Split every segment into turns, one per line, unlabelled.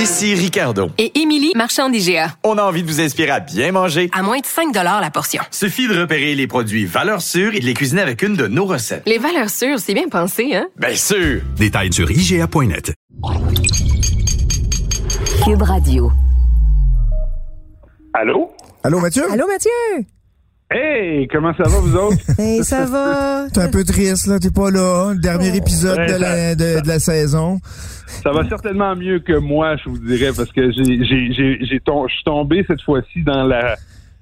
Ici Ricardo.
Et Émilie, marchand d'IGA.
On a envie de vous inspirer à bien manger.
À moins de 5 la portion.
Suffit de repérer les produits valeurs sûres et de les cuisiner avec une de nos recettes.
Les valeurs sûres, c'est bien pensé, hein?
Bien sûr!
Détails sur IGA.net.
Cube Radio.
Allô?
Allô, Mathieu?
Allô, Mathieu?
Hey, comment ça va, vous autres?
Hey, ça va?
T'es un peu triste, là. T'es pas là. Le dernier épisode
Ouais,
de la, de, de la saison.
Ça va certainement mieux que moi, je vous dirais, parce que j'ai, j'ai, j'ai, j'ai tom- je suis tombé cette fois-ci dans la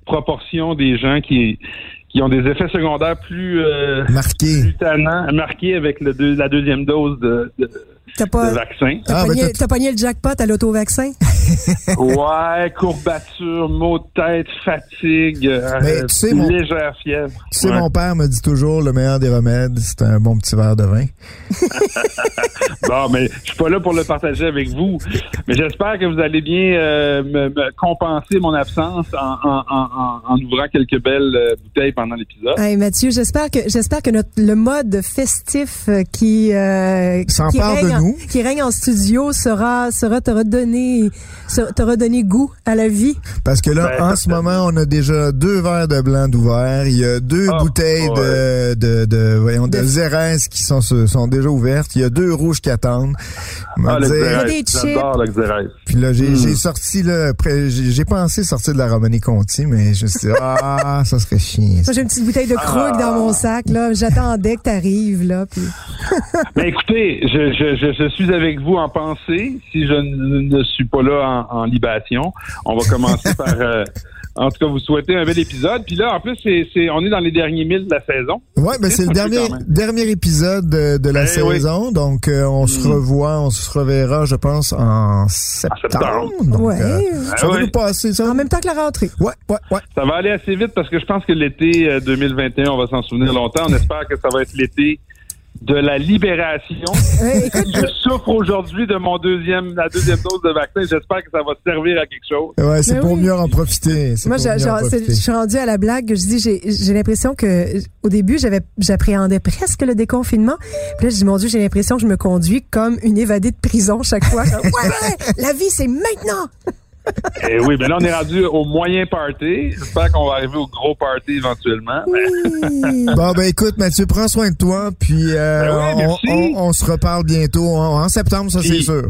proportion des gens qui, qui ont des effets secondaires plus, euh,
Marqué.
plus tannants, marqués avec le deux- la deuxième dose de, de-
T'as
de
pas.
vaccin.
T'as
Ah, ben,
pogné,
t'as-
t'as pogné le jackpot à l'auto-vaccin?
Ouais, courbature, maux de tête, fatigue, euh,
Mais tu sais, mon-
légère fièvre.
Tu sais,
Ouais.
mon père me dit toujours le meilleur des remèdes, c'est un bon petit verre de vin.
Bon, mais je suis pas là pour le partager avec vous. Mais j'espère que vous allez bien euh, me, me compenser mon absence en, en- en- en- en ouvrant quelques belles euh, bouteilles pendant l'épisode.
Hey, Mathieu, j'espère que j'espère que notre le mode festif euh, qui euh, qui,
S'empare
règne
de
en-
nous.
qui règne en studio sera sera t'aura donné sera- t'aura donné goût à la vie.
Parce que là,
Ben,
en ce moment, on a déjà deux verres de blanc d'ouvert. Il y a deux
Ah,
bouteilles de, de, de, voyons, de
De-
Xérès qui sont, sur- sont déjà ouvertes. Il y a deux rouges qui attendent. On va
Ah, le
dire-
Il y a des
Xérès. J'adore le Xérès.
Puis là, j'ai
Mm.
j'ai sorti, là, après, j'ai j'ai pensé sortir de la Romanie Conti, mais je me suis dit, ah, ça serait chiant. ça.
Moi j'ai une petite bouteille de Krug dans mon sac là, j'attendais que t'arrives là puis-
Ben, écoutez, je, je, je, je suis avec vous en pensée. Si je ne, ne suis pas là en, en libation, on va commencer par. euh, en tout cas, vous souhaitez un bel épisode. Puis là, en plus, c'est, c'est, on est dans les derniers milles de la saison.
Ouais, ben
Triste
c'est le
un peu
dernier
quand même.
dernier épisode de, de la
Eh oui. Hmm.
saison, donc euh, on se revoit, on se reverra, je pense, en septembre. Donc,
Ouais.
euh, ça
Ah
va
oui.
nous passer ça.
en même temps que la rentrée.
Ouais, ouais, ouais.
Ça va aller assez vite parce que je pense que l'été euh, 2021, on va s'en souvenir longtemps. On espère que ça va être l'été de la libération.
Hey, Euh, écoute,
je souffre aujourd'hui de mon deuxième, la deuxième dose de vaccin. J'espère que ça va servir à quelque chose.
Ouais, c'est
Mais
pour
Ben oui.
mieux en profiter. c'est
Moi,
pour
j'ai-
mieux
genre,
en
c'est-
profiter.
je suis rendue à la blague. Je dis, j'ai- j'ai l'impression que euh, au début, j'avais, j'appréhendais presque le déconfinement. Puis là, je dis, mon Dieu, j'ai l'impression que je me conduis comme une évadée de prison chaque fois. Comme, ouais, la vie, c'est maintenant.
Et oui, ben là, on est rendu au moyen party. J'espère qu'on va arriver au gros party éventuellement.
Oui.
Bon, ben écoute, Mathieu, prends soin de toi, puis euh,
Ben ouais,
on-
merci.
on, on se reparle bientôt en, en septembre, ça c'est
Puis-
sûr.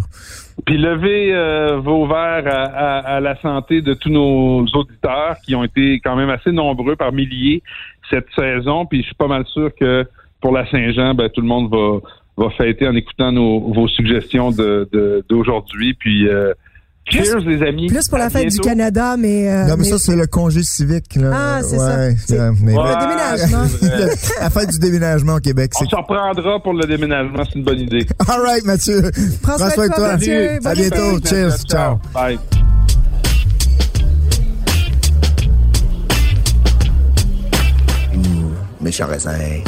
Puis levez euh, vos verres à, à- à la santé de tous nos auditeurs qui ont été quand même assez nombreux par milliers cette saison. Puis je suis pas mal sûr que pour la Saint-Jean, ben, tout le monde va, va fêter en écoutant nos, vos suggestions de- de- d'aujourd'hui. Puis euh,
Plus-
cheers les amis.
Plus pour
À
la fête du
bientôt.
Canada, mais, euh,
non,
mais-
mais, ça c'est le congé civique là.
Ah, c'est
ouais,
ça.
ouais, mais-
Le déménagement.
c'est vrai.
la fête du déménagement au Québec, c'est
On s'en reprendra pour le déménagement, c'est une bonne idée.
All right, Mathieu.
Prends soin de toi, Mathieu.
Salut.
Bonne
À bientôt.
fête.
Oh, Cheers. Ciao.
Bye.
méchant raisin.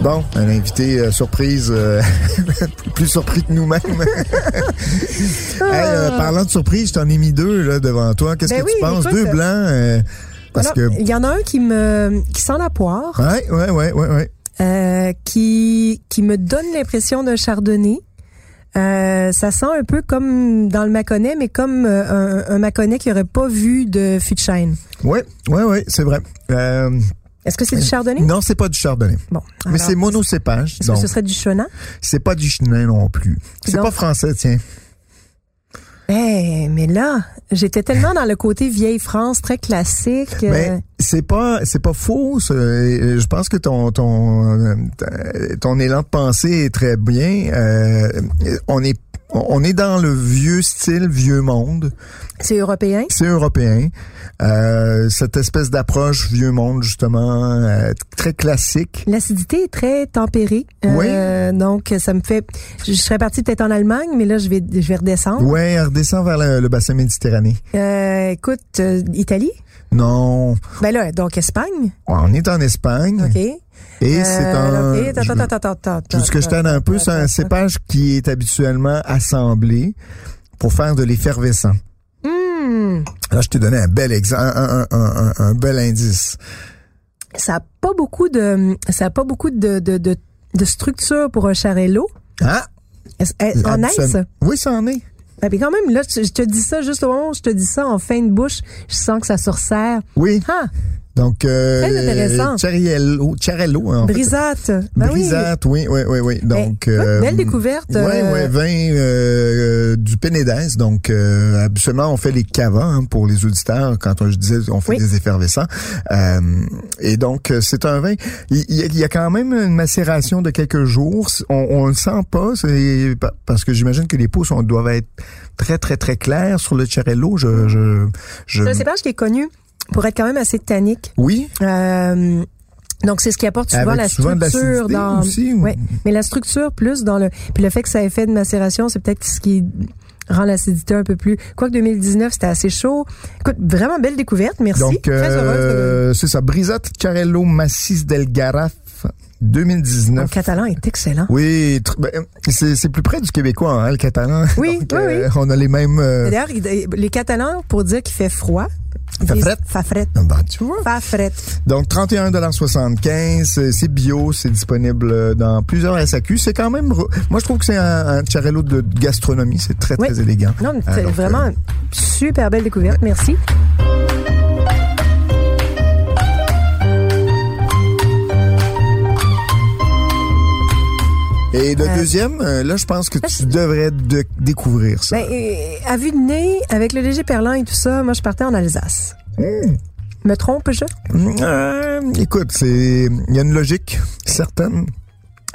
Bon, un invité euh, surprise, euh, plus surpris que nous-mêmes. Hey, euh, parlant de surprise, je t'en ai mis deux là, devant toi. Qu'est-ce
Ben
que
oui,
tu penses?
écoute,
deux
euh,
blancs. euh, parce
Alors,
que.
il y en a un qui me, qui sent la poire,
Ouais, ouais, ouais, ouais, ouais.
euh, qui, qui me donne l'impression d'un chardonnay. Euh, ça sent un peu comme dans le Mâconnais, mais comme euh, un, un Mâconnais qui aurait pas vu de fût de chêne.
Ouais, ouais, ouais, c'est vrai. Euh,
Est-ce que c'est du chardonnay?
non, c'est pas du chardonnay.
Bon.
mais
alors,
c'est monocépage.
Est-ce que
Donc,
ce serait du chenin?
c'est pas du chenin non plus. C'est
Donc-
pas français, tiens.
Eh, mais là, j'étais tellement dans le côté vieille France, très classique. euh,
Mais c'est pas c'est pas faux. ça. Euh, Je pense que ton ton euh, ta- ton élan de pensée est très bien. Euh, on est on est dans le vieux style, vieux monde.
C'est européen.
C'est européen. Euh, cette espèce d'approche vieux monde justement euh, très classique.
L'acidité est très tempérée. Euh, Donc, ça me fait. Je serais partie peut-être en Allemagne, mais là, je vais, je vais redescendre.
Ouais, elle redescend vers le, le bassin méditerranéen.
Euh, écoute, euh, Italie.
Non,
Ben là, donc Espagne.
on est en Espagne
OK.
Mm. et
Euh,
c'est un.
OK, attends,
je-
attends, attends, attends, attends,
Tout ce que je t'aide un peu, c'est un cépage qui est habituellement assemblé pour faire de l'effervescent.
Hmm,
Là, je t'ai donné un bel exemple, un, un- un- un- un bel indice.
ça a pas beaucoup de, ça a pas beaucoup de, de, de, de structure pour un charello.
Ah!
Est-ce- est- En Aise.
Habituellement- Oui, ça en est.
Ah, puis quand même, là, tu- je te dis ça juste au moment où je te dis ça en fin de bouche, je sens que ça surserre.
Oui.
Ah,
Donc, euh,
Très intéressant.
Charello, Charello, en fait.
brisate. Ben oui.
Brisate, oui, oui, oui, oui. Donc,
écoute, belle découverte,
Oui,
euh,
oui, vin euh, euh, du Pénédès. Donc, euh, habituellement, on fait les cavas hein, pour les auditeurs. Quand on, je disais, on fait
Oui.
des effervescents. Euh, et donc, euh, c'est un vin. Il il y, a- il y a quand même une macération de quelques jours. C- On, on le sent pas, c'est pa- parce que j'imagine que les peaux sont, doivent être très, très, très claires sur le Cerello. Je, je, je-
C'est un cépage qui est connu pour être quand même assez tannique.
oui.
Euh, donc c'est ce qui apporte souvent
Avec
la
souvent de
structure
l'acidité
dans
aussi, ou-
ouais, mais la structure plus dans le puis le fait que ça ait fait de macération, c'est peut-être ce qui rend l'acidité un peu plus quoique 2019 c'était assez chaud. Écoute, vraiment belle découverte, merci.
Donc,
Très heureuse.
euh, c'est ça. Brisate Charello Massis del Garraf
Mon
2019.
catalan est excellent.
Oui, tr- ben, c'est c'est plus près du québécois, hein, le catalan.
Oui,
Donc,
oui,
euh, on a les mêmes. euh,
D'ailleurs, il- les catalans pour dire qu'il fait froid, ils
Fa
disent
frette.
fa frette.
ben, tu vois.
Fa frette.
Donc 31,75 euh, c'est bio, c'est disponible euh, dans plusieurs SAQ. C'est quand même, re- moi je trouve que c'est un, un charello de de gastronomie, c'est très très
Oui.
élégant.
Non, mais
Ah,
c'est
donc,
vraiment
euh,
une super belle découverte, merci.
Et le deuxième, euh, là je pense que tu devrais de- découvrir ça.
Ben, euh, à vue de nez, avec le léger perlant et tout ça, moi, je partais en Alsace.
Hmm.
Me trompe-je?
Euh, écoute, c'est il y a une logique certaine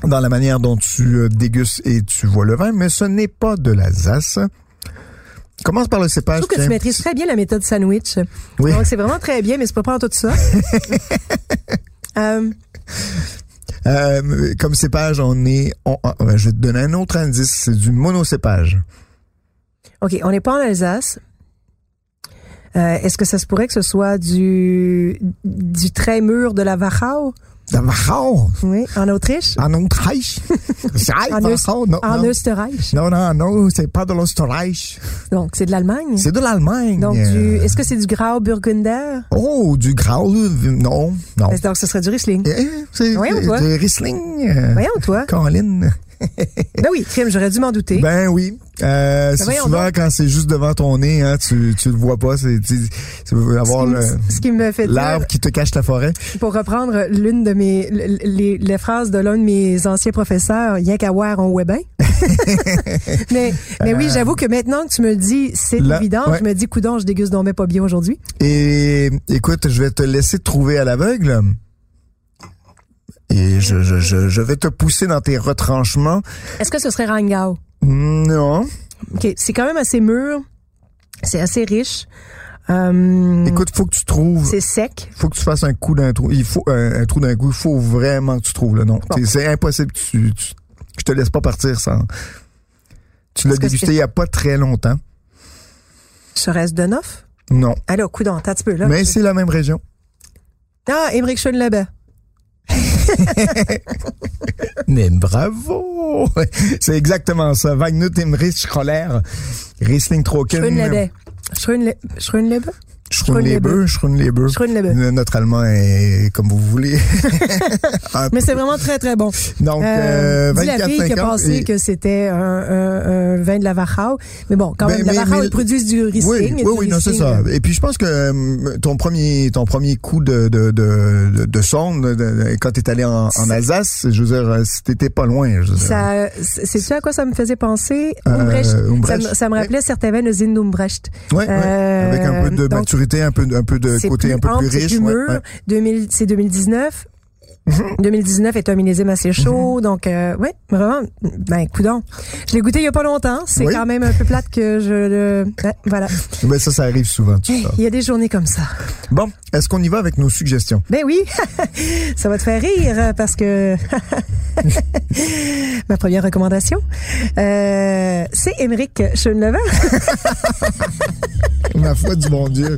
dans la manière dont tu euh, dégustes et tu vois le vin, mais ce n'est pas de l'Alsace. Commence par le
Je
cépage.
trouve que
tiens.
tu maîtrises très bien la méthode sandwich.
Oui.
Donc, c'est vraiment très bien, mais c'est pas prendre tout ça. Euh,
Euh, comme cépage, on est. on- ah, ben, je vais te donner un autre indice. C'est du monocépage.
OK, on n'est pas en Alsace. Euh, Est-ce que ça se pourrait que ce soit du, du très mûr de la Wachau?
De Wachau,
Oui, en Autriche?
en Autriche. J'aille,
En Eust-
Ah, Wachau, non,
en
non.
Österreich.
non, non, non, c'est pas de l'Autriche.
Donc, c'est de l'Allemagne.
C'est de l'Allemagne. Euh,
Donc, du, est-ce que c'est du Grau Burgunder? Ben,
Oh, du Graul. Non, non.
Donc, ce serait du Riesling.
Eh, C'est
Voyons,
c'est
toi.
du Riesling. euh,
Voyons, toi.
Colin.
Ben oui, crime, j'aurais dû m'en douter.
Ben oui. Euh, c'est
Ben voyons
souvent
donc.
quand c'est juste devant ton nez, hein, tu, tu le vois pas. C'est tu- tu veux
Ce qui
avoir
me-
le-
ce qui me fait dire,
l'arbre qui te cache la forêt.
pour reprendre l'une de mes l- les, les phrases de l'un de mes anciens professeurs, rien qu'à voir on webin. mais mais oui, j'avoue que maintenant que tu me le dis, c'est
Là,
évident.
ouais.
Je me dis coudon, je déguste donc ben pas bien aujourd'hui.
Et écoute, je vais te laisser te trouver à l'aveugle. Et je, je, je, je vais te pousser dans tes retranchements.
Est-ce que ce serait Rangao
Non.
Hmm. Ok, c'est quand même assez mûr, c'est assez riche, euh,
Écoute, faut que tu trouves.
c'est sec.
Faut que tu fasses un coup d'un trou. Il faut un, un trou d'un coup. Il faut vraiment que tu trouves le nom. C'est- C'est impossible. Tu, tu- je te laisse pas partir sans. Tu l'as
Est-ce que
dégusté
c'est-
il y a pas très longtemps.
Serait-ce de neuf
Non.
Alors, coudon, t'as un petit peu là.
Mais c'est la même région.
Ah, Émeric Schoenleber.
Mais bravo! C'est exactement ça. Wagnut Emrich Scholler, Riesling Trocken,
Schoenleber. Schoenle- Schoenleber.
Schrunleber, Schrunleber.
Schoenleber.
Notre allemand est comme vous voulez.
Mais c'est vraiment très, très bon.
Donc,
Euh,
euh,
dis la
24
fille qui a
50,
pensé
et-
que c'était un, un- un vin de la Wachau. Mais bon, quand
Ben,
même, la
mais-
Wachau,
mais-
ils produisent du Riesling.
Oui,
mais
oui,
du
oui, non, c'est
Riesling,
ça.
euh,
Et puis je pense que euh, ton premier, ton premier coup de de de, de, de sonde de- de- quand t'es allé en, en Alsace, je veux dire, euh, t'étais pas loin. Je veux dire.
Ça, c'est tu à quoi ça me faisait penser?
Euh,
Umbrecht. Ça me-
Umbrecht.
Ça, me rappelait certains vins de Zindumbrecht.
Ouais, ouais.
Euh,
avec un peu de
donc,
maturité côté un peu, un peu de
C'est
côté
plus
un peu
ample,
plus
c'est
riche.
mûr.
ouais, Mhm. ouais.
2000 C'est 2019. 2019 est un millésime assez
Mhm.
chaud, donc euh, ouais, vraiment, ben coudon. Je l'ai goûté il y a pas longtemps, c'est
Oui.
quand même un peu plate que je le... ouais, voilà,
Ben, ça, ça arrive souvent. tu sais.
il y a des journées comme ça.
Bon, est-ce qu'on y va avec nos suggestions?
Ben oui, ça va te faire rire euh, parce que ma première recommandation, euh, c'est Émeric Schoenlever.
Ma foi du bon Dieu.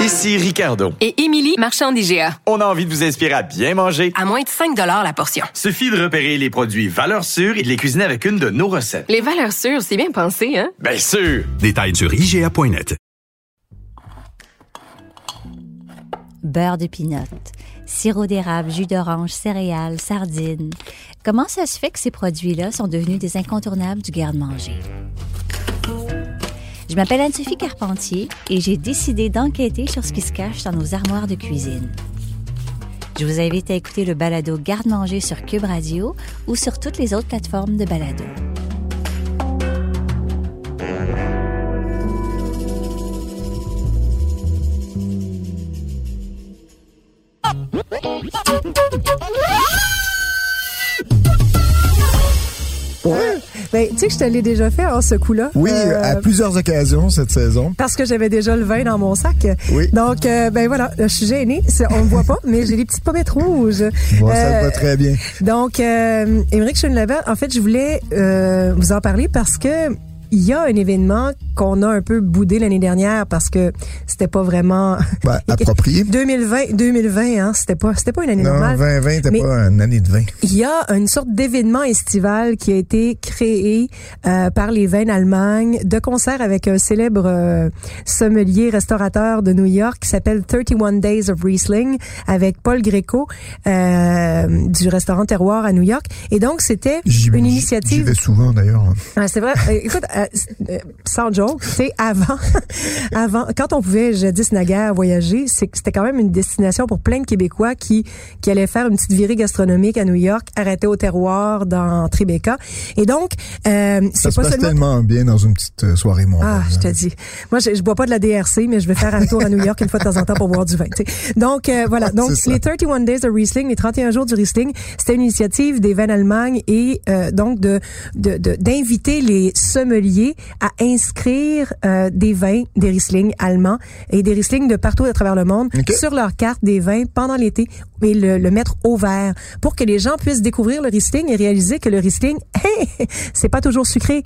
Ici Ricardo.
Et Émilie, marchand d'IGA.
On a envie de vous inspirer à bien manger.
À moins de 5 la portion.
Suffit de repérer les produits valeurs sûres et de les cuisiner avec une de nos recettes.
Les valeurs sûres, c'est bien pensé, hein?
Bien sûr!
Détails sur IGA.net.
beurre de pinot, sirop d'érable, jus d'orange, céréales, sardines. Comment ça se fait que ces produits-là sont devenus des incontournables du garde-manger? Je m'appelle Anne-Sophie Carpentier et j'ai décidé d'enquêter sur ce qui se cache dans nos armoires de cuisine. Je vous invite à écouter le balado Garde-manger sur Cube Radio ou sur toutes les autres plateformes de balado.
Ben, tu sais que je te l'ai déjà fait, hein, ce coup-là.
Oui,
Euh,
à plusieurs occasions cette saison.
parce que j'avais déjà le vin dans mon sac.
Oui.
Donc, euh, ben voilà, je suis gênée. C'est- On ne voit pas, mais j'ai des petites pommettes rouges.
Bon, ça
Euh,
va très bien.
Donc, euh, Émeric Schoenleber, en fait, je voulais euh, vous en parler parce que il y a un événement qu'on a un peu boudé l'année dernière parce que c'était pas vraiment
Ben, approprié.
2020 2020 hein, c'était pas c'était pas une année
Non,
normale.
2020 n'était
Mais-
pas une année de vin.
Il y a une sorte d'événement estival qui a été créé euh, par les vins d'Allemagne de concert avec un célèbre euh, sommelier restaurateur de New York qui s'appelle 31 Days of Riesling avec Paul Greco euh, du restaurant Terroir à New York. Et donc, c'était
J'y-
une
j'y- J'y
initiative
vais souvent d'ailleurs.
Ouais, c'est vrai. Euh, Écoute, euh, c'est- euh, sans joke, tu sais, avant, avant, quand on pouvait jadis naguère voyager, c'est que c'était quand même une destination pour plein de Québécois qui qui allaient faire une petite virée gastronomique à New York, arrêter au terroir dans Tribeca. Et donc, euh,
Ça
c'est
se
pas
passe
seulement
tellement bien dans une petite euh, soirée mondaine.
ah, je te
hein.
dis. Moi, je, je bois pas de la DRC, mais je vais faire un tour à New York une fois de temps en temps pour boire du vin. tu sais. Donc, euh, voilà. Donc,
C'est ça.
les 31 Days de Riesling, les 31 jours du Riesling, c'était une initiative des vins d'Allemagne et euh, donc de de- de- d'inviter les sommeliers à inscrire euh, des vins, des Riesling allemands et des Riesling de partout à travers le monde
Ok.
sur leur carte des vins pendant l'été et le, le mettre au vert pour que les gens puissent découvrir le Riesling et réaliser que le Riesling, hey, c'est pas toujours sucré.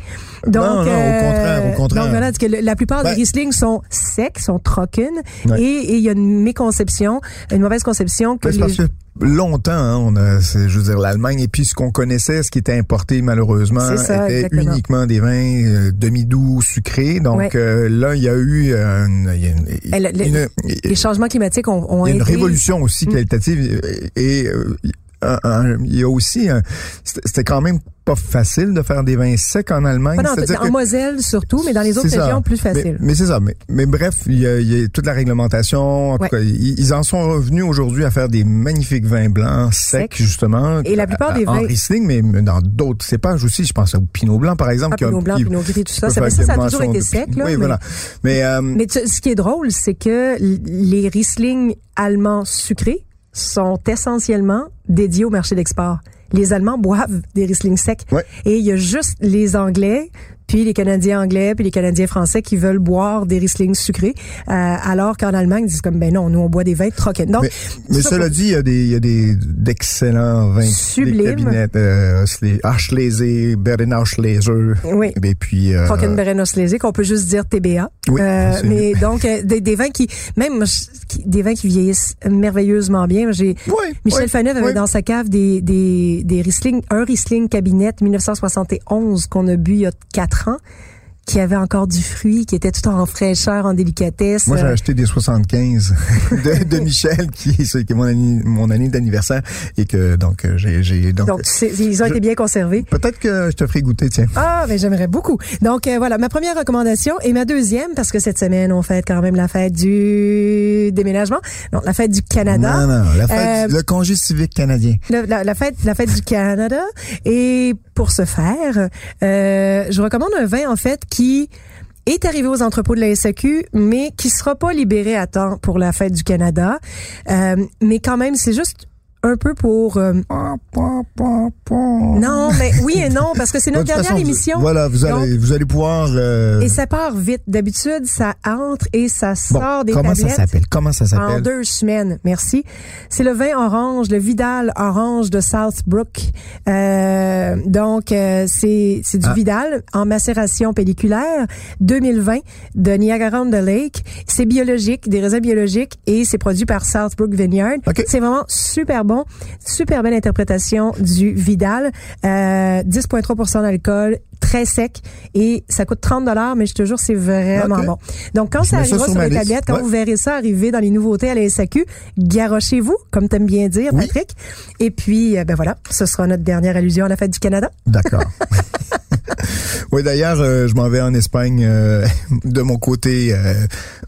Donc, euh,
non, au contraire, au contraire.
donc voilà, parce que le- la plupart
Ben-
des Riesling sont secs, sont trocken,
Ouais.
et et il y a une méconception, une mauvaise conception que
Ben, c'est
les...
parce que longtemps, hein, on a, c'est, je veux dire, l'Allemagne, et puis ce qu'on connaissait, ce qui était importé malheureusement,
C'est ça,
était
exactement.
uniquement des vins euh, demi-doux, sucrés. Donc
Ouais.
euh, là, il y a eu euh, une, il y a une-
Elle- le-
une-
les changements climatiques ont, ont
il y a une
été-
révolution aussi
Mm.
qualitative euh, et euh, un- un- il y a aussi un- c'était c'était quand même pas facile de faire des vins secs en Allemagne.
Pas dans-
C'est-à-dire
en
que-
Moselle surtout, mais dans les autres
c'est ça.
régions, plus
Mais-
facile.
Mais, c'est ça. Mais, mais bref, il y, a, il y a toute la réglementation. En tout
Ouais.
cas, ils, ils en sont revenus aujourd'hui à faire des magnifiques vins blancs secs,
Sec.
justement.
Et la plupart
à-
des
en
vins-
Riesling, mais dans d'autres cépages aussi. Je pense au Pinot blanc, par exemple.
Ah,
qui a-
Pinot blanc,
qui-
Pinot gris, tout
qui
ça.
peut
Ça,
faire
ça, ça a
dimension
toujours été
de-
sec, là.
Oui,
mais-
voilà. Mais, euh,
Mais tu- ce qui est drôle, c'est que l- les Riesling allemands sucrés sont essentiellement dédiés au marché d'export. Les Allemands boivent des Riesling secs.
Ouais.
Et il y a juste les Anglais, puis les Canadiens anglais, puis les Canadiens français qui veulent boire des Riesling sucrés, euh, alors qu'en Allemagne, ils disent comme, ben non, nous, on boit des vins de troquettes. Donc,
Mais, mais
ça,
cela dit, il y a des, il y a des d'excellents vins,
Sublimes.
des cabinets, euh, Schle- Arschleser, Berenarschleser,
Oui.
et puis euh,
Trockenberenoslésique, on peut juste dire TBA.
Oui, c'est-
Euh, mais donc, euh, des, des vins qui, même je- qui- des vins qui vieillissent merveilleusement bien. J'ai
Oui,
Michel
oui,
Faneuf avait
oui.
dans sa cave des, des, des Riesling, un Riesling cabinet 1971 qu'on a bu il y a quatre ans, qui avait encore du fruit, qui était tout en fraîcheur, en délicatesse.
Moi, j'ai
Euh,
acheté des 75 de, de Michel, qui, c'est- qui est mon, anni- mon année d'anniversaire, et que donc euh, j'ai, j'ai donc,
donc, tu sais, ils ont
je-
été bien conservés.
peut-être que je te ferai goûter, tiens.
Ah, ben j'aimerais beaucoup. Donc euh, voilà, ma première recommandation et ma deuxième, parce que cette semaine, on fête quand même la fête du déménagement. Non, la fête du Canada.
Non, non, la fête,
Euh,
le congé civique canadien.
Le- la, la fête, la fête du Canada. Et pour ce faire, euh, je vous recommande un vin en fait qui est arrivé aux entrepôts de la SAQ, mais qui sera pas libéré à temps pour la fête du Canada. Euh, mais quand même, c'est juste un peu pour. euh,
Non,
non, mais oui et non, parce que c'est notre dernière émission.
Voilà, vous
Donc,
allez, vous allez pouvoir. euh,
Et ça part vite. D'habitude, ça entre et ça
bon,
sort des
comment ça
tablettes.
s'appelle Comment ça
En
s'appelle
deux semaines, merci. C'est le vin orange, le Vidal orange de Southbrook. Euh, donc, euh, c'est c'est du
Ah.
Vidal en macération pelliculaire 2020 de Niagara on the Lake. C'est biologique, des raisins biologiques et c'est produit par Southbrook Vineyard.
Ok.
C'est vraiment super bon, super belle interprétation du Vidal. Euh, 10,3% d'alcool, très sec et ça coûte 30 dollars, mais je te jure, c'est vraiment
Ok.
bon. Donc, quand
Je
ça
mets ça
arrivera
sur
sur,
ma
les
liste.
tablettes, quand
Ouais.
vous verrez ça arriver dans les nouveautés à la SAQ, garochez-vous, comme t'aimes bien dire,
Oui.
Patrick. Et puis, euh, ben voilà, ce sera notre dernière allusion à la fête du Canada.
D'accord. oui, d'ailleurs, euh, je m'en vais en Espagne euh, de mon côté. Euh,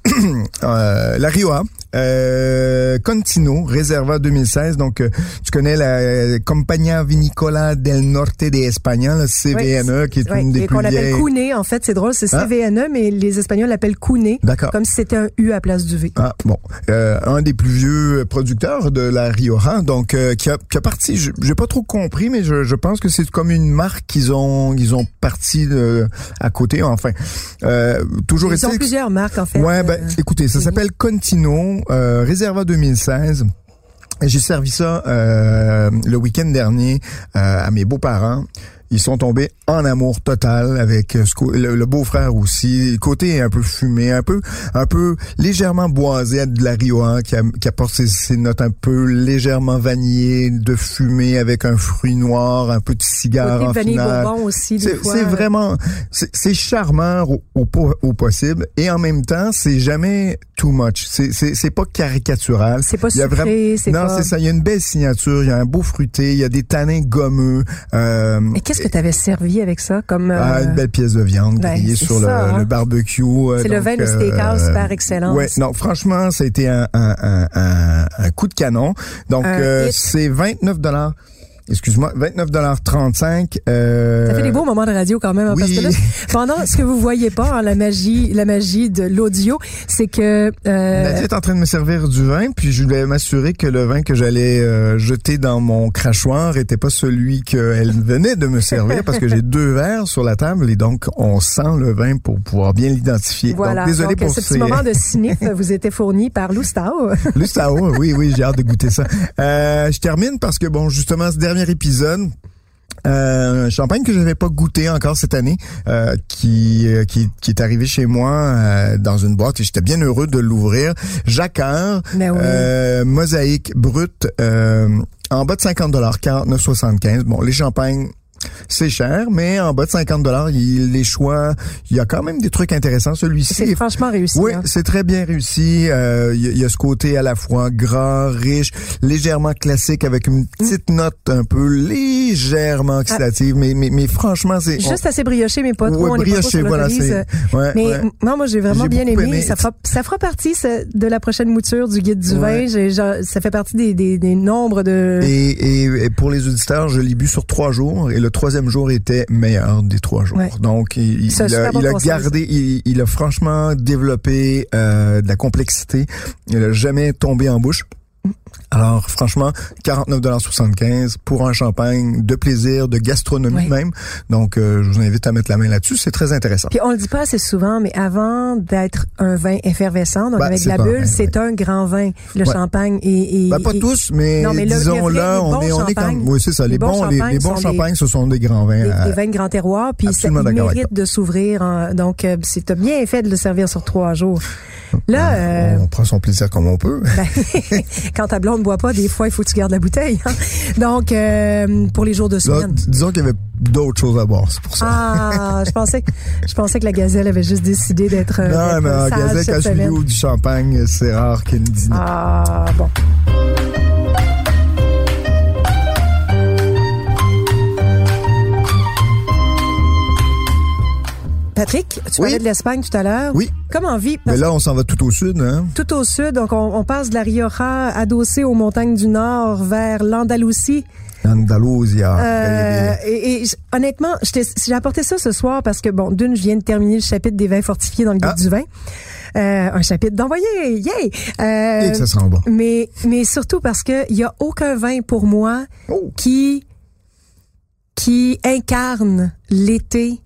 euh, la Rioja. Euh, Contino, Réserva 2016. Donc, euh, tu connais la euh, Compañía Vinicola del Norte de España, la CVNE, E, qui est
Ouais,
une des
et
plus
qu'on appelle
vieilles.
Cuné, en fait, c'est drôle, c'est
Hein?
CVNE, E, mais les Espagnols l'appellent Cuné,
D'accord.
comme si c'était un U à la place du V.
Ah, bon. Euh, un des plus vieux producteurs de la Rioja, donc euh, qui, a, qui a parti, je- j'ai pas trop compris, mais je, je pense que c'est comme une marque qu'ils ont ils ont parti de, à côté, enfin. Euh, toujours
Ils ont
est-il que-
plusieurs marques, en fait.
Ouais,
Euh,
ben, écoutez, ça s'appelle Contino, euh, Réserva 2016. J'ai servi ça euh, le week-end dernier euh, à mes beaux-parents. Ils sont tombés en amour total avec euh, ce qu'au- le, le beau-frère aussi. Côté un peu fumé, un peu, un peu légèrement boisé à de la Rioja qui, a- qui apporte ses, ses notes un peu légèrement vanillées, de fumée avec un fruit noir, un peu de cigare
côté
en
vanille
finale.
bourbon aussi, des
C'est
fois. euh,
c'est vraiment, c'est c'est charmant au, au po- au possible et en même temps, c'est jamais too much. C'est- C'est c'est pas caricatural.
C'est pas
Il y a
sucré, c'est
Non,
pas-
c'est ça. Il y a une belle signature, il y a un beau fruité, il y a des tanins gommeux. Euh,
Mais qu'est-ce que tu avais servi avec ça, comme...
ah,
euh,
une belle pièce de viande
ben,
grillée
c'est
sur le,
ça, hein.
le barbecue. euh,
C'est le
donc,
vin de
euh,
steakhouse par excellence.
Ouais, non, franchement, ça a été un, un, un, un- un coup de canon. Donc,
Un
euh,
hit.
c'est 29 dollars. Excuse-moi, 29,35 euh,
Ça fait des beaux moments de radio quand même, hein,
oui.
parce que là, pendant ce que vous voyez pas, hein, la magie, la magie de l'audio, c'est que euh,
Nadia est en train de me servir du vin, puis je voulais m'assurer que le vin que j'allais euh, jeter dans mon crachoir était pas celui qu'elle venait de me servir, parce que j'ai deux verres sur la table et donc on sent le vin pour pouvoir bien l'identifier.
voilà.
donc désolé
Donc,
pour
ce
ces... Euh,
petit moment de cynisme vous était fourni par Loustao.
Le Sao, oui, oui, j'ai hâte de goûter ça. Euh, je termine parce que, bon, justement, ce dernier épisode... Euh, un champagne que j'avais pas goûté encore cette année, euh, qui, euh, qui qui est arrivé chez moi euh, dans une boîte et j'étais bien heureux de l'ouvrir. Jacquard,
Ben oui.
euh, mosaïque brute, euh, en bas de 50 dollars, 49,75. Bon, les champagnes c'est cher, mais en bas de 50 dollars, les choix, il y a quand même des trucs intéressants. Celui-ci
C'est
est
franchement réussi.
oui,
hein.
c'est très bien réussi. Euh, Il y, a- il y a ce côté à la fois gras, riche, légèrement classique, avec une petite note un peu légèrement oxydative, mais, mais, mais franchement, c'est...
Ah. Juste assez brioché, mais pas
Ouais,
trop. on est pas trop
brioché,
sur
voilà,
l'autorise.
c'est- ouais,
Mais
ouais.
m- non, moi, j'ai vraiment
J'ai
bien
beaucoup
aimé.
aimé.
Ça, fera, ça fera partie ça, de la prochaine mouture du guide du
Ouais.
vin. J'ai- j'ai- ça fait partie des, des, des nombres de...
Et, et- et pour les auditeurs, je l'ai bu sur trois jours et le troisième jour était meilleur des trois jours.
Ouais.
Donc, il, il
C'est un
a,
super bon
il a
conseil,
gardé, il, il a franchement développé euh, de la complexité. Il a jamais tombé en bouche. Alors, franchement, 49,75 pour un champagne de plaisir, de gastronomie
Oui.
même. Donc, euh, je vous invite à mettre la main là-dessus. C'est très intéressant.
Puis on le dit pas assez souvent, mais avant d'être un vin effervescent, donc
Ben,
avec
c'est
de la
pas un vin,
bulle, c'est un grand vin. Le
Ouais.
champagne et,
Ben, pas tous, mais,
Non, mais le- le
disons
vrai,
là,
les
on
bons
est, on est
champagnes-
comme, oui, c'est ça, les,
les bons
bons, les, les
champagnes
bons
sont des-
champagnes, ce sont des grands vins. euh,
Des,
à-
des vins de grand terroir, puis ça
Absolument d'accord avec
mérite de s'ouvrir. hein. donc, euh, c'est t'as bien fait de le servir sur trois jours.
Ah,
Là, euh,
On prend son plaisir comme on peut.
Ben,
oh.
quand ta blonde ne boit pas, des fois, il faut que tu gardes la bouteille. hein. Donc, euh, pour les jours de
Là,
semaine.
d- disons qu'il y avait d'autres choses à boire, c'est pour ça.
Ah, je pensais, je pensais que la gazelle avait juste décidé d'être. euh,
non,
d'être
mais en
sage
gazette,
cette
quand je
semaine.
lui ouvre du champagne, c'est rare qu'il me dise non.
Ah, bon. Patrick, tu
Oui.
parlais de l'Espagne tout à l'heure.
Oui.
Comment on vit?
Mais
Parce
là, on s'en va tout au sud, hein.
tout au sud, donc on, on passe de la Rioja adossée aux montagnes du Nord vers l'Andalousie.
Andalousia.
Euh,
Galilée.
et, et j- honnêtement, je t'ai- j'ai apporté ça ce soir parce que, bon, d'une, je viens de terminer le chapitre des vins fortifiés dans le guide
Ah.
du vin. Euh, un chapitre d'envoyé, yay! Euh,
Et que ça sent bon.
mais, mais surtout parce que il y a aucun vin pour moi
Oh.
qui, qui incarne l'été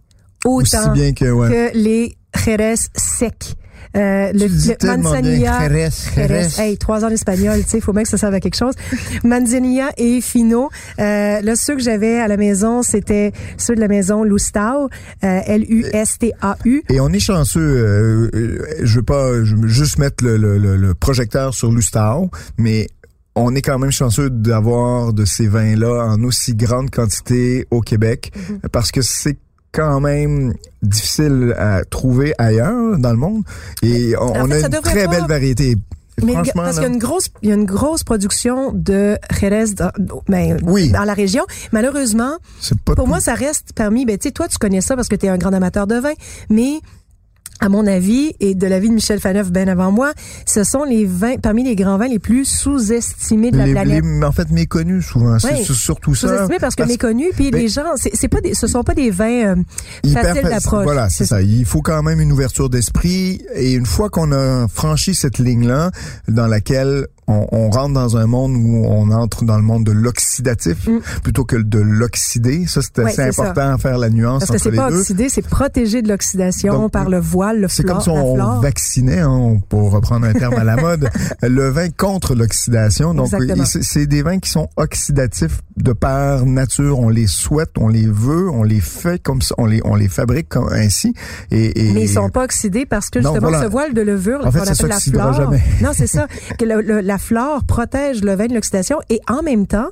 Aussi
autant
bien que, ouais.
que les Jerez secs. Euh, le,
Tu dis
le
tellement
Manzanilla.
bien. Jerez,
Jerez.
Jerez.
Hey, trois ans d'espagnol, tu sais, faut bien que ça serve à quelque chose. Manzanilla et Fino. Euh, là, ceux que j'avais à la maison, c'était ceux de la maison Lustau, euh, L-U-S-T-A-U.
Et on est chanceux. euh, euh, je veux pas je veux juste mettre le, le- le- le projecteur sur l'Ustao, mais on est quand même chanceux d'avoir de ces vins-là en aussi grande quantité au Québec,
Mhm.
parce que c'est quand même difficile à trouver ailleurs dans le monde. Et on,
En
on
fait,
a
ça
une
devrait
très
pas-
belle variété.
Mais le-
Franchement,
parce
là-
qu'il y a une grosse, il y a une grosse production de Jerez dans, ben,
Oui.
dans la région. Malheureusement,
c'est pas
pour
tout-
moi, ça reste parmi, ben, tu sais, toi, tu connais ça parce que tu es un grand amateur de vin, mais à mon avis, et de l'avis de Michel Faneuf bien avant moi, ce sont les vins, parmi les grands vins les plus sous-estimés de la
les-
planète.
les- en fait méconnus souvent. C'est
Oui.
sur- surtout ça.
Sous-estimés parce que méconnus, puis
ben,
les gens, c'est c'est pas des, ce sont pas des vins euh,
Hyper
faciles
fa-
d'approche.
Voilà, c'est ça. Il faut quand même une ouverture d'esprit. Et une fois qu'on a franchi cette ligne-là, dans laquelle on, on rentre dans un monde où on entre dans le monde de l'oxydatif plutôt que de l'oxydé, ça c'est
Mm. Ouais,
assez
c'est ça.
important à faire la nuance
Parce que
entre
c'est
les
pas
deux.
oxydé, c'est protégé de l'oxydation
Donc,
par le voile, le
C'est
flore,
comme si
la
on
flore.
vaccinait, hein, on- pour reprendre un terme à la mode, le vin contre l'oxydation. Donc,
Exactement.
et c'est- c'est des vins qui sont oxydatifs de par nature. On les souhaite, on les veut, on les fait comme ça, on les, on les fabrique comme, ainsi. Et, et-
Mais ils sont pas oxydés parce que
Non,
justement
voilà.
ce voile de levure
En fait,
qu'on
ça
appelle la
s'oxydera
flore.
jamais.
Non, c'est ça que le- le- la flore protège le vin de l'oxydation et en même temps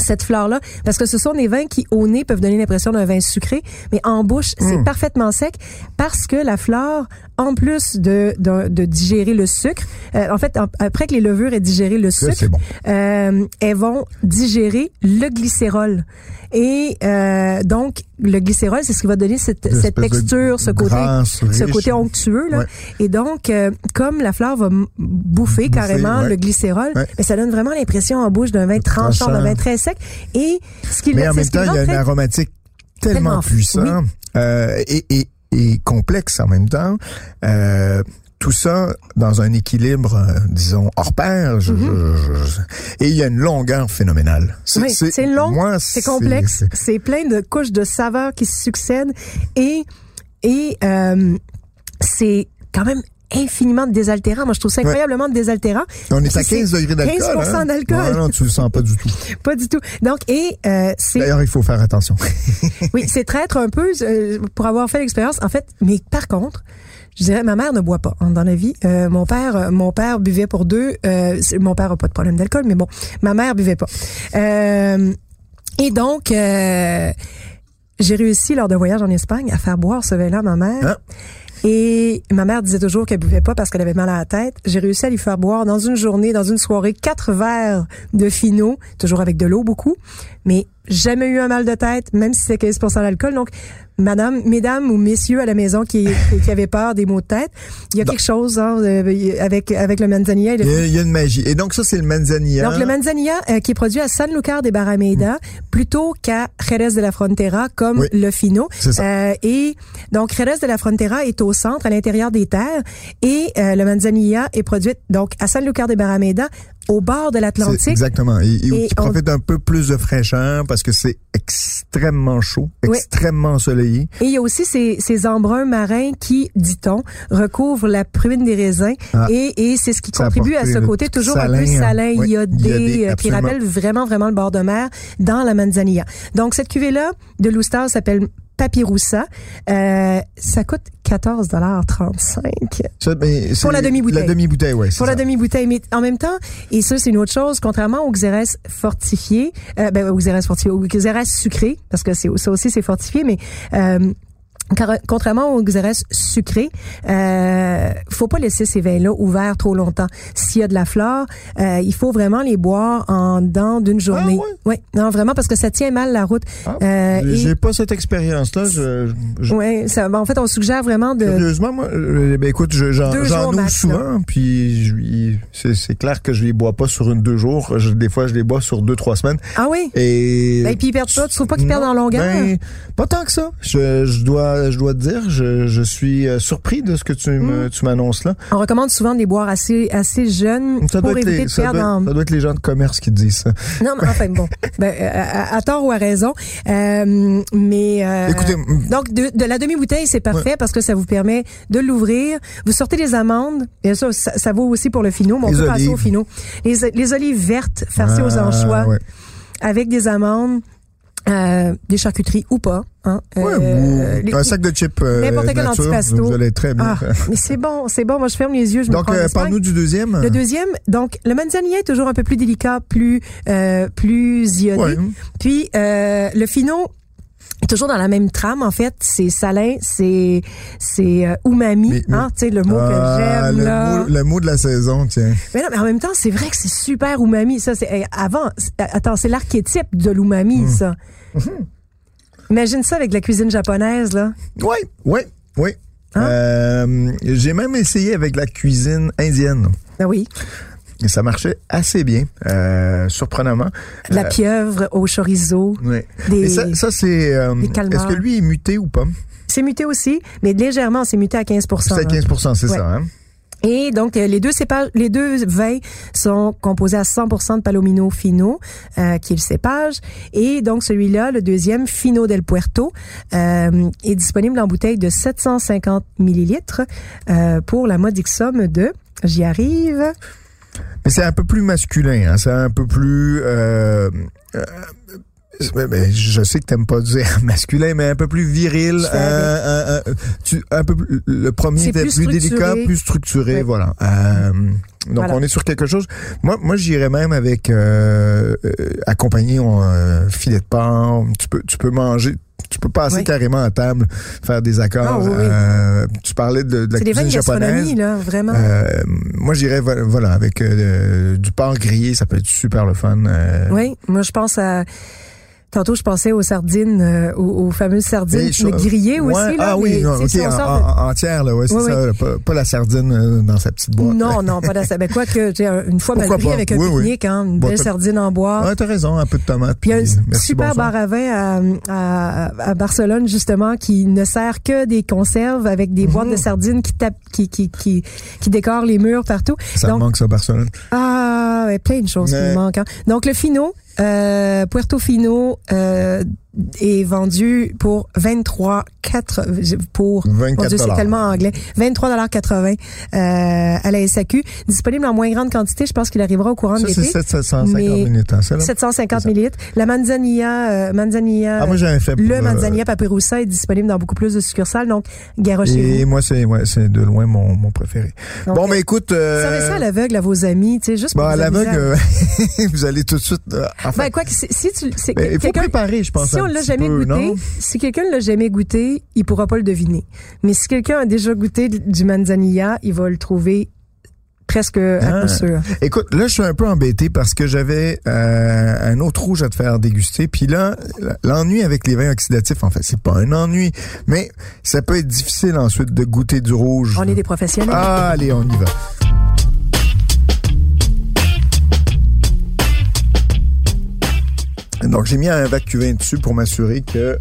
cette flore-là, parce que ce sont des vins qui, au nez, peuvent donner l'impression d'un vin sucré, mais en bouche,
Hmm.
c'est parfaitement sec, parce que la flore, en plus de, de, de digérer le sucre, euh, en fait, en- après que les levures aient digéré le
Là,
sucre,
c'est bon.
euh, elles vont digérer le glycérol. Et euh, donc, le glycérol, c'est ce qui va donner cette,
Une
cette
espèce de
texture, ce côté,
grasse,
ce
riche.
côté onctueux. Là.
Ouais.
Et donc, euh, comme la fleur va m- bouffer, carrément
ouais.
le glycérol,
Ouais.
mais ça donne vraiment l'impression en bouche d'un vin tranchant,
tranchant.
d'un vin très sec. Et ce qui
Mais
c'est
en
ce
même
qui
temps, il y a une
rend très-
aromatique tellement
Tellement fou,
puissante euh, et, et, et complexe en même temps. Euh, tout ça dans un équilibre, euh, disons, hors pair.
Mm-hmm.
Je- je- je- je- Et il y a une longueur phénoménale.
Oui, c'est long,
moi,
c'est complexe,
c'est-
c'est plein de couches de saveurs qui se succèdent et et euh, c'est quand même infiniment désaltérant. Moi, je trouve ça incroyablement désaltérant.
On est à
Puis c'est
15 degrés d'alcool.
15
hein?
d'alcool.
Non, non, tu le sens pas du tout.
Pas du tout. Donc, et euh, c'est
D'ailleurs, il faut faire attention.
oui, c'est traître un peu euh, pour avoir fait l'expérience. En fait, mais par contre, je dirais, ma mère ne boit pas hein, dans la vie. Euh, mon père, euh, mon père buvait pour deux. Euh, c'est- mon père a pas de problème d'alcool, mais bon, ma mère buvait pas. Euh, et donc, euh, j'ai réussi lors d'un voyage en Espagne à faire boire ce vin-là à ma mère.
Hein?
Et ma mère disait toujours qu'elle buvait pas parce qu'elle avait mal à la tête. J'ai réussi à lui faire boire dans une journée, dans une soirée, quatre verres de finot, toujours avec de l'eau beaucoup, mais jamais eu un mal de tête, même si c'est 15% d'alcool. Donc, madame, mesdames ou messieurs à la maison qui, qui, qui avaient peur des maux de tête, il y a quelque chose hein, euh, avec, avec le manzanilla et le
Il y, a, il y a une magie. Et donc ça, c'est le manzanilla.
donc, le manzanilla euh, qui est produit à San Lucar de Barrameda plutôt qu'à Jerez de la Frontera comme
Mm. Oui.
le Fino.
C'est ça.
Euh, et donc, Jerez de la Frontera est au centre, à l'intérieur des terres, et euh, le manzanilla est produit donc à San Lucar de Barrameda au bord de
C'est-
l'Atlantique.
Exactement. Et, et où
Et
tu
on-
profites d'un peu plus de fraîcheur parce que c'est extrêmement chaud,
Oui.
extrêmement ensoleillé.
Et il y a aussi ces, ces embruns marins qui, dit-on, recouvrent la prune des raisins.
Ah.
Et, et c'est ce qui
Ça
contribue à
apporte
ce
le
côté
petit
toujours un peu
salin, hein.
salin,
Oui, iodé,
iodé, euh, qui
absolument.
rappelle vraiment, vraiment le bord de mer dans la Manzanilla. Donc, cette cuvée-là de Louster s'appelle Papiroussa. Euh, ça coûte 14,35
Ça, ben, c'est-
la demi-bouteille.
La demi-bouteille, oui.
pour la demi-bouteille. Mais en même temps, et ça, c'est une autre chose, contrairement aux xérès fortifiés, euh, ben, aux xérès fortifiés, aux xérès sucrés, parce que c'est, ça aussi, c'est fortifié, mais, euh, car- Contrairement aux xérès sucrés, euh, faut pas laisser ces vins-là ouverts trop longtemps. S'il y a de la flore, euh, il faut vraiment les boire en dedans d'une journée. ouais. non vraiment parce que ça tient mal la route.
Ah,
Euh, et-
J'ai pas cette expérience-là. Je, je-
ouais, ça, ben, en fait, on suggère vraiment de
Curieusement, moi, euh, ben écoute, je- j'en
Deux
j'en
jours
ouvre
max,
souvent, puis je- il- c'est c'est clair que je les bois pas sur une deux jours. Je- des fois, je les bois sur deux trois semaines.
ah oui.
Et
Ben, puis ils perdent pas, tu trouves pas qu'ils
Non,
perdent en longueur
ben, pas tant que ça. Je, je dois, je dois te dire, je, je suis euh, surpris de ce que tu
Hmm.
me- tu m'annonces là.
On recommande souvent de les boire assez assez jeunes
Ça
pour
doit, être
éviter
les,
de
ça,
perdre
doit,
en...
ça doit être les gens de commerce qui disent ça.
Non, mais enfin bon, ben, euh, à, à tort ou à raison, euh, mais euh,
Écoutez, mm,
donc de, de la demi-bouteille c'est parfait parce que ça vous permet de l'ouvrir. Vous sortez les amandes, bien sûr, ça, ça vaut aussi pour le finot, mais on
Les
peut passer
olives.
au finot. Les, les olives vertes farcies aux
ah,
anchois
ouais.
avec des amandes, euh, des charcuteries ou pas. Hein,
Ouais,
euh,
ou
les-
un sac de chips euh,
N'importe quel
nature,
antipasto.
vous allez très bien. Euh,
Ah, mais c'est bon, c'est bon. Moi je ferme les yeux, je me
Donc,
prends en
euh,
Espagne.
parle-nous du deuxième.
Le deuxième, donc le manzanilla est toujours un peu plus délicat, plus euh, plus iodé.
Ouais.
Puis euh, le fino toujours dans la même trame en fait, c'est salin, c'est c'est euh, umami,
Mais- mais-
hein, tu sais le mot
Ah,
que j'aime
le,
là.
mot, le mot de la saison, tiens.
Mais non, mais en même temps, c'est vrai que c'est super umami ça c'est hey, avant c'est- attends, c'est l'archétype de l'umami
Hmm.
ça.
Mhm.
Imagine ça avec la cuisine japonaise là.
Oui, oui, oui.
Hein?
Euh, J'ai même essayé avec la cuisine indienne.
Ah oui,
Et ça marchait assez bien, euh, surprenamment.
de
Euh.
la pieuvre au chorizo.
Ouais.
Des-
Et ça, ça c'est. euh,
des calmars.
Est-ce que lui est muté ou pas?
C'est muté aussi, mais légèrement, c'est muté à 15
C'est à
hein.
15 c'est
Ouais.
ça. Hein?
Et donc, euh, les deux cépages, les deux vins sont composés à 100% de Palomino Fino, euh, qui est le cépage. Et donc, celui-là, le deuxième, Fino del Puerto, euh, est disponible en bouteille de 750 millilitres euh, pour la modique somme de, j'y arrive,
Mais c'est un peu plus masculin, hein? c'est un peu plus. Euh, euh, ouais, mais je sais que t'aimes pas dire masculin, mais un peu plus viril,
Je fais
euh, un, un- tu- un peu plus- le premier
C'est
était
plus
plus, délicat,
structuré.
plus structuré,
Ouais.
voilà. Euh, donc
Voilà.
on est sur quelque chose. Moi, moi j'irais même avec euh, euh, accompagné on, euh, filet de porc. Tu peux, tu peux manger. Tu peux passer
Ouais.
carrément à table, faire des accords.
Ah, oui, oui.
euh, tu parlais de, de la
c'est des vins
cuisine
de
japonaise.
gastronomie, là, vraiment.
Euh, moi, j'irais vo- voilà, avec euh, du porc grillé, ça peut être super le fun. euh,
oui, moi, je pense à... Tantôt, je pensais aux sardines, euh, aux, aux fameuses sardines
mais je-
mais grillées
Ouais,
aussi. Là,
ah oui,
mais
non,
c'est-
ok,
si on
en-
sort de-
en- entière, là, ouais, c'est
Oui,
ça, là, Pas, pas la sardine euh, dans sa petite boîte.
Non, non, pas de Ben, quoi que, tu sais, une fois mal
Pourquoi
pris
pas?
avec un
Oui, oui.
pique-nique, hein, une
Bon,
belle
t'as-
sardine en bois.
Ouais, t'as raison, un peu de tomate.
Puis il y a un
merci,
super
bonsoir.
bar à vin à, à- à Barcelone, justement, qui ne sert que des conserves avec des boîtes de
Mmh.
sardines qui tapent, qui, qui, qui, qui décorent les murs partout.
Ça
Donc,
me manque ça, Barcelone.
ah, ouais, plein de choses qui
Mais-
nous manquent. hein. Donc, le Fino, euh, Puerto Fino, euh, est vendu pour 23, 4, pour, mon
24
Dieu, c'est tellement anglais. 23,80 euh, à la SAQ. Disponible en moins grande quantité. Je pense qu'il arrivera au courant
Ça,
de
c'est
l'été.
750
mais-
minutes, hein, ça, là.
750
ça.
millilitres. La manzanilla, euh, manzanilla
Ah, moi, j'avais fait
euh, le
pour,
manzanilla papiroussa est disponible dans beaucoup plus de succursales. Donc, garochez-vous.
Et moi, c'est ouais, c'est de loin mon, mon préféré.
Donc,
bon,
euh,
mais écoute. euh,
Servez ça à l'aveugle à vos amis, tu sais, juste
bon,
pour
à
vous amuser.
l'aveugle, euh, vous allez tout de suite. euh, enfin,
Ben, quoi que, si si tu, c'est
mais Ben, il faut
quelqu'un-
préparer, je pense.
Si
un
on l'a
petit
jamais
peu,
goûté,
non?
si quelqu'un ne l'a jamais goûté, il pourra pas le deviner. Mais si quelqu'un a déjà goûté du manzanilla, il va le trouver presque à
Ah.
coup sûr.
Écoute, là, je suis un peu embêté parce que j'avais euh, un autre rouge à te faire déguster. Puis là, l'ennui avec les vins oxydatifs, en fait, c'est pas un ennui, mais ça peut être difficile ensuite de goûter du rouge.
On est des professionnels.
Ah, allez, on y va. Donc, j'ai mis un vacuum dessus pour m'assurer que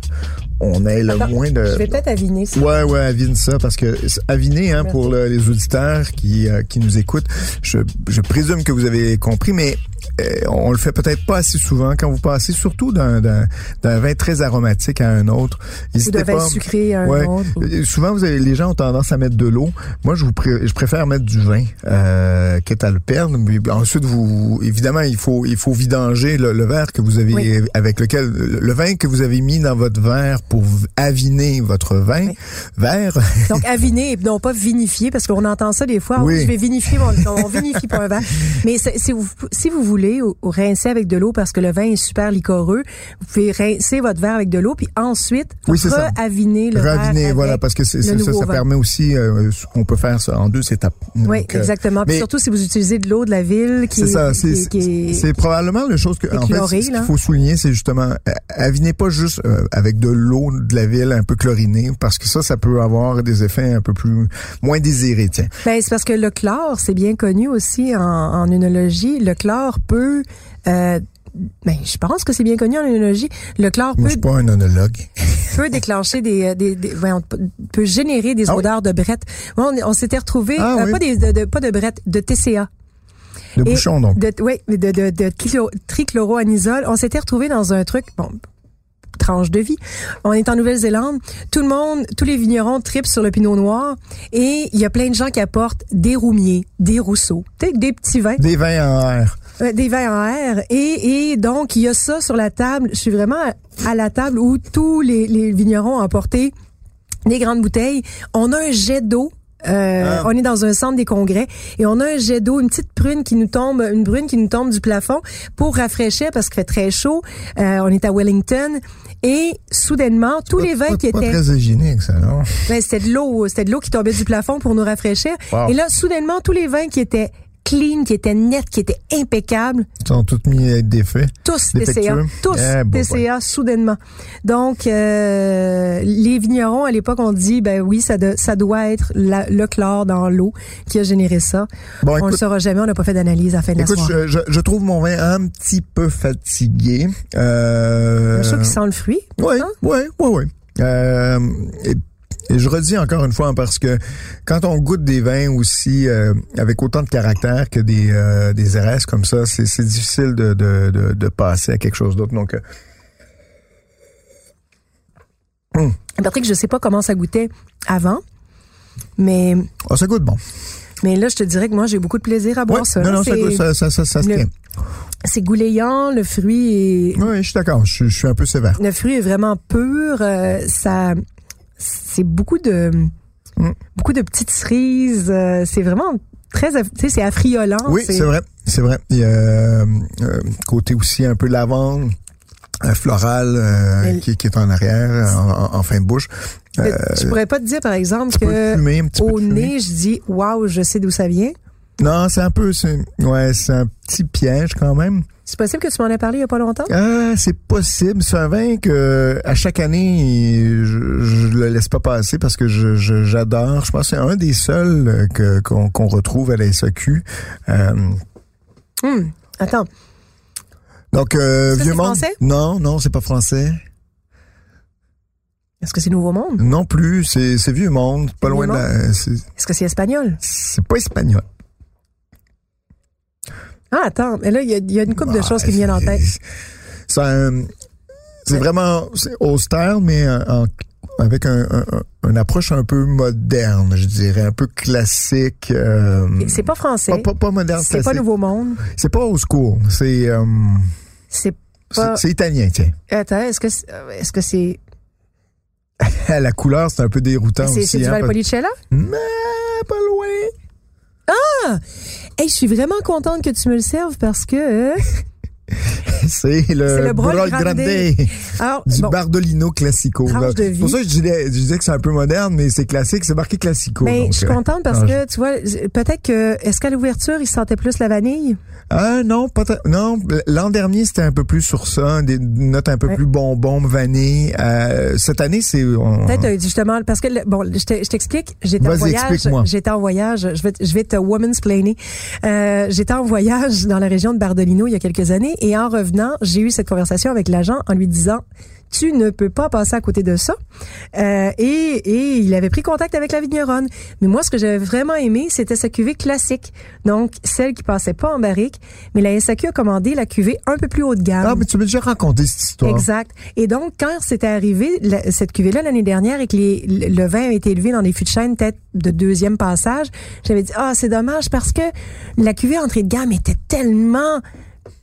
on ait le
Attends,
moins de...
Je vais peut-être aviner ça.
euh, Ouais, ouais, avine ça, parce que aviner hein, pour le- les auditeurs qui, euh, qui nous écoutent, je, je présume que vous avez compris, mais euh, on le fait peut-être pas assez souvent quand vous passez surtout d'un d'un- d'un vin très aromatique à un autre.
Ou
N'hésitez
de vin
pas.
sucré à un
Ouais.
autre.
Euh, Souvent, vous avez, les gens ont tendance à mettre de l'eau. Moi, je vous pré- je préfère mettre du vin, euh, quitte à le perdre. Mais ensuite, vous, vous- évidemment, il faut il faut vidanger le, le verre que vous avez
Oui.
avec lequel le le vin que vous avez mis dans votre verre pour v- aviner votre vin verre.
Donc, aviner et non pas vinifier, parce qu'on entend ça des fois. Ah
Oui.
Je vais vinifier mon non, On vinifie pas un vin. Mais c'est- si vous, si vous voulez ou, ou rincer avec de l'eau parce que le vin est super licoreux, vous pouvez rincer votre verre avec de l'eau, puis ensuite,
Oui, c'est ça.
re-aviner le verre.
Raviner,
avec
voilà, parce que c'est
le
c'est- ça,
nouveau
ça
vin.
permet aussi euh, ce qu'on peut faire ça en deux étapes.
Oui,
Donc, euh,
exactement. Puis
mais-
surtout si vous utilisez de l'eau de la ville qui
C'est
est,
ça, c'est
qui- qui est-
c'est probablement la chose que
c'est
en fait,
chloré,
ce
là.
qu'il faut souligner c'est justement euh, avinez pas juste euh, avec de l'eau de la ville un peu chlorinée parce que ça ça peut avoir des effets un peu plus moins désirés, tiens.
Ben, c'est parce que le chlore, c'est bien connu aussi en, en œnologie. Le chlore peut, euh, ben, je pense que c'est bien connu en œnologie. Le chlore
Moi je
peut,
suis pas un onologue.
peut déclencher des, euh, des, des- voyons, peut générer des
Ah oui.
odeurs de brette. Moi, on, on s'était retrouvés,
Ah
euh,
oui.
pas, des, de, de- pas de brette, de TCA.
Le
Et
bouchon donc.
De, oui, mais de, de, de trichloro- trichloroanisole. On s'était retrouvés dans un truc, bon, tranche de vie. On est en Nouvelle-Zélande. Tout le monde, tous les vignerons tripent sur le pinot noir. Et il y a plein de gens qui apportent des roumiers, des rousseaux, peut-être des petits vins,
Des vins en air.
euh, des vins en air. Et, et donc, il y a ça sur la table. Je suis vraiment à, à la table où tous les, les vignerons ont apporté des grandes bouteilles. On a un jet d'eau.
Ah.
Euh, On est dans un centre des congrès et on a un jet d'eau, une petite prune qui nous tombe, une brune qui nous tombe du plafond pour rafraîchir parce qu'il fait très chaud. Euh, on est à Wellington et soudainement tous les
Pas-
vins qui
pas
étaient
très hygiénique ça, non.
ben, c'était de l'eau, c'était de l'eau qui tombait du plafond pour nous rafraîchir.
Wow.
Et là, soudainement, tous les vins qui étaient clean, qui étaient nets, qui étaient impeccables,
Ils sont tous mis à être défaits.
tous
Défectueux.
TCA, tous
Eh, bon,
TCA soudainement. Donc, euh, les vignerons à l'époque ont dit, ben oui, ça, de- ça doit être la- le chlore dans l'eau qui a généré ça.
Bon,
on
écoute-
le saura jamais, on n'a pas fait d'analyse à la fin de la
Écoute,
soirée.
je, je- je trouve mon vin un petit peu fatigué. Euh,
Un chat qui sent le fruit.
Oui,
hein?
oui, oui, oui. Euh, et, et je redis encore une fois, hein, parce que quand on goûte des vins aussi euh, avec autant de caractère que des, euh, des RS comme ça, c'est c'est difficile de, de, de, de passer à quelque chose d'autre. Donc, euh,
Patrick, je sais pas comment ça goûtait avant, mais,
oh, ça goûte bon. mais
mais là, je te dirais que moi, j'ai beaucoup de plaisir à boire ça.
non,
là.
non, ça,
C'est-
goûte- ça, ça, ça, ça se
le-
tient.
C'est gouléant, le fruit est,
Oui, je suis d'accord. Je, je suis un peu sévère.
le fruit est vraiment pur. euh, ça, c'est beaucoup de beaucoup de petites cerises. euh, c'est vraiment très, aff- tu sais, Ah, c'est affriolant.
Oui, c'est vrai. C'est vrai. Il y a euh, euh, côté aussi un peu lavande, euh, floral, euh,
Mais-
qui, qui est en arrière, en, en- en fin de bouche.
Mais
Euh,
je pourrais pas te dire, par exemple,
Un petit peu de
que
fumée, un petit peu
au
de fumée.
nez, je dis, waouh, je sais d'où ça vient.
Non, c'est un peu, c'est, ouais, c'est un petit piège quand même.
C'est possible que tu m'en aies parlé il y a pas longtemps.
Ah, c'est possible. C'est un vin que à chaque année, je, je le laisse pas passer parce que je, je- j'adore. Je pense que c'est un des seuls que, qu'on, qu'on retrouve à la SAQ. Euh,
Hum, Attends,
donc, euh,
Est-ce que
vieux
c'est
monde.
français?
Non, non, c'est pas français.
est-ce que c'est Nouveau Monde
Non plus, c'est, c'est vieux monde, pas
Vieux
loin de la. C'est,
Est-ce que c'est espagnol
c'est pas espagnol.
Ah, attends, mais là, il y, a- il y a une couple de
Ah,
choses qui me viennent en
c'est-
tête.
C'est un- c'est vraiment c'est austère, mais en- en- avec un, un- un- une approche un peu moderne, je dirais, un peu classique. euh,
C'est pas français.
pas, pas, pas moderne,
c'est pas
classique.
Nouveau Monde.
C'est pas old school. C'est euh,
C'est
c'est-
pas.
c'est italien, tiens.
Attends, est-ce que c'est- euh, est-ce que c'est
Ah, La couleur, c'est un peu déroutant
c'est
aussi.
c'est du
hein, parce-
Valpolicella
Mais pas loin.
Hey, je suis vraiment contente que tu me le serves parce que. euh,
C'est le,
C'est le Brol
Brol
Grande.
Grande
Alors,
du
bon,
Bardolino Classico.
Tranche de vie.
Pour ça, je disais, je disais que c'est un peu moderne, mais c'est classique. C'est marqué Classico.
ben,
donc,
je suis
euh,
contente parce
non,
que, tu vois, je- peut-être que. Est-ce qu'à l'ouverture, il sentait plus la vanille
Ah non, pas tant- non. L'an dernier c'était un peu plus sur ça, des notes un peu
Ouais.
plus bonbon, vanille. Euh, cette année c'est on-
Peut-être euh, justement. Parce que, le- bon, je te- je t'explique. J'étais en
Vas-y,
voyage.
explique-moi.
J'étais en voyage. Je vais, te- je vais te woman's plainer. Euh, J'étais en voyage dans la région de Bardolino il y a quelques années et en revenant, revenant, j'ai eu cette conversation avec l'agent en lui disant tu ne peux pas passer à côté de ça. Euh, et, et il avait pris contact avec la vigneronne. Mais moi, ce que j'avais vraiment aimé, c'était sa cuvée classique. Donc, celle qui passait pas en barrique. Mais la SAQ a commandé la cuvée un peu plus haut de gamme.
Ah, mais tu m'as déjà raconté cette histoire.
Exact. Et donc, quand c'était arrivé, la- cette cuvée-là, l'année dernière, et que les- le le vin a été élevé dans des fûts de chêne, peut-être de deuxième passage, j'avais dit, ah, c'est dommage parce que la cuvée entrée de gamme était tellement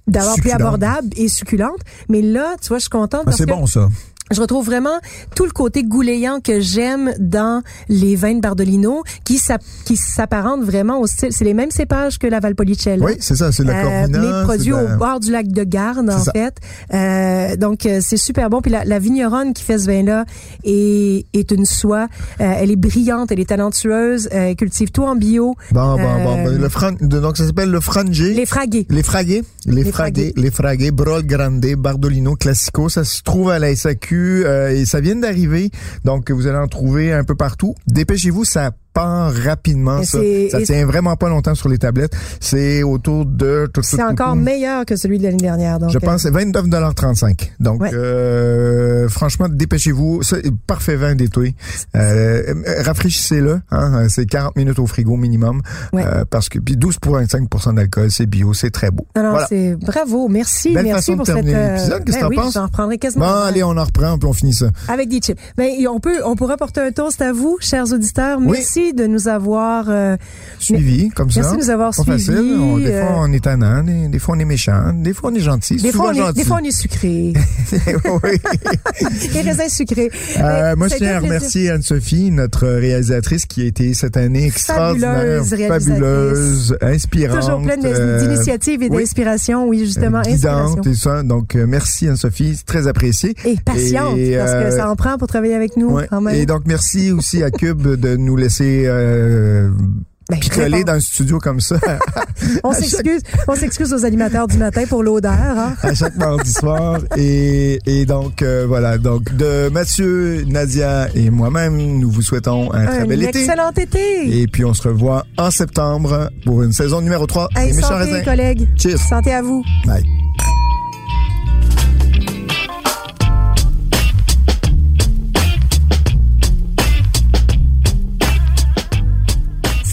d'abord plus
Succulente.
abordable et succulente. Mais là, tu vois, je suis contente
Ah,
parce
c'est
que
bon, ça.
je retrouve vraiment tout le côté gouléant que j'aime dans les vins de Bardolino qui s'ap- qui s'apparentent vraiment au style. C'est les mêmes cépages que la Valpolicella.
Oui, c'est ça, c'est de la
Euh,
Corvina.
mais produit
c'est de la-
au bord du lac de Garde, en
C'est ça.
fait. Euh, donc, euh, c'est super bon. Puis la, la vigneronne qui fait ce vin-là est, est une soie. Euh, elle est brillante, elle est talentueuse, euh, elle cultive tout en bio.
Bon, bon, bon.
Euh,
Le fran- Donc, ça s'appelle le frangé.
Les fragués.
Les fragués, les,
Les
fragués, les fragués, Brol Grande, Bardolino, Classico, ça se trouve à la SAQ euh, et ça vient d'arriver, donc vous allez en trouver un peu partout. Dépêchez-vous, ça part rapidement,
Mais
ça.
c'est-
Ça
et-
tient vraiment pas longtemps sur les tablettes. C'est autour de... tout-
C'est
tout-
encore
tout-
meilleur que celui de l'année dernière. Donc,
je
euh,
pense c'est 29,35 Donc,
Ouais.
euh, franchement, dépêchez-vous. Ça, Parfait vin d'été. Euh, euh, Rafraîchissez-le. hein. c'est 40 minutes au frigo minimum.
Ouais.
Euh, parce que puis 12,25 d'alcool, c'est bio, c'est très beau.
Alors,
Voilà.
c'est bravo, merci,
Belle
merci
façon de
pour
terminer
cette. euh,
l'épisode, qu'est-ce que
ben
t'en
oui,
penses?
J'en reprendrai quasiment.
Bon, allez, on en reprend, puis on finit ça.
Avec des chips. Ben, et on peut, on pourra porter un toast à vous, chers auditeurs.
Oui.
Merci de nous avoir. euh,
Suivi, comme ça.
merci de nous avoir
Pas
suivis,
facile. On- des
euh,
fois, on est tannant, des, des fois, on est méchant, des fois, on est gentil.
des,
souvent
fois, on est,
gentil.
des fois, on est sucré.
Oui.
des raisins sucrés.
Euh,
Ben,
moi, je
ça a été
tiens à
un plaisir.
remercier Anne-Sophie, notre réalisatrice qui a été cette année extraordinaire,
Fabuleuse réalisatrice.
fabuleuse, inspirante.
Toujours pleine
euh,
d'initiatives et
oui. Euh,
d'inspiration, oui, justement, inspiration.
guidante et ça. Donc, euh, merci Anne-Sophie, c'est très apprécié.
Et patiente,
Et,
parce
euh,
que ça en prend pour travailler avec nous
Ouais.
quand même.
Et donc, merci aussi à Cube de nous laisser euh,
Ben,
picoler
répond-
dans le studio comme ça
on s'excuse, on s'excuse aux animateurs du matin pour l'odeur. Hein.
à chaque mardi soir. Et, et donc, euh, voilà. Donc, de Mathieu, Nadia et moi-même, nous vous souhaitons un, très
Un
bel été.
excellent été.
Et puis, on se revoit en septembre pour une saison numéro 3
Hey,
des Méchants
santé,
Raisins.
collègues.
Cheers.
Santé à vous.
Bye.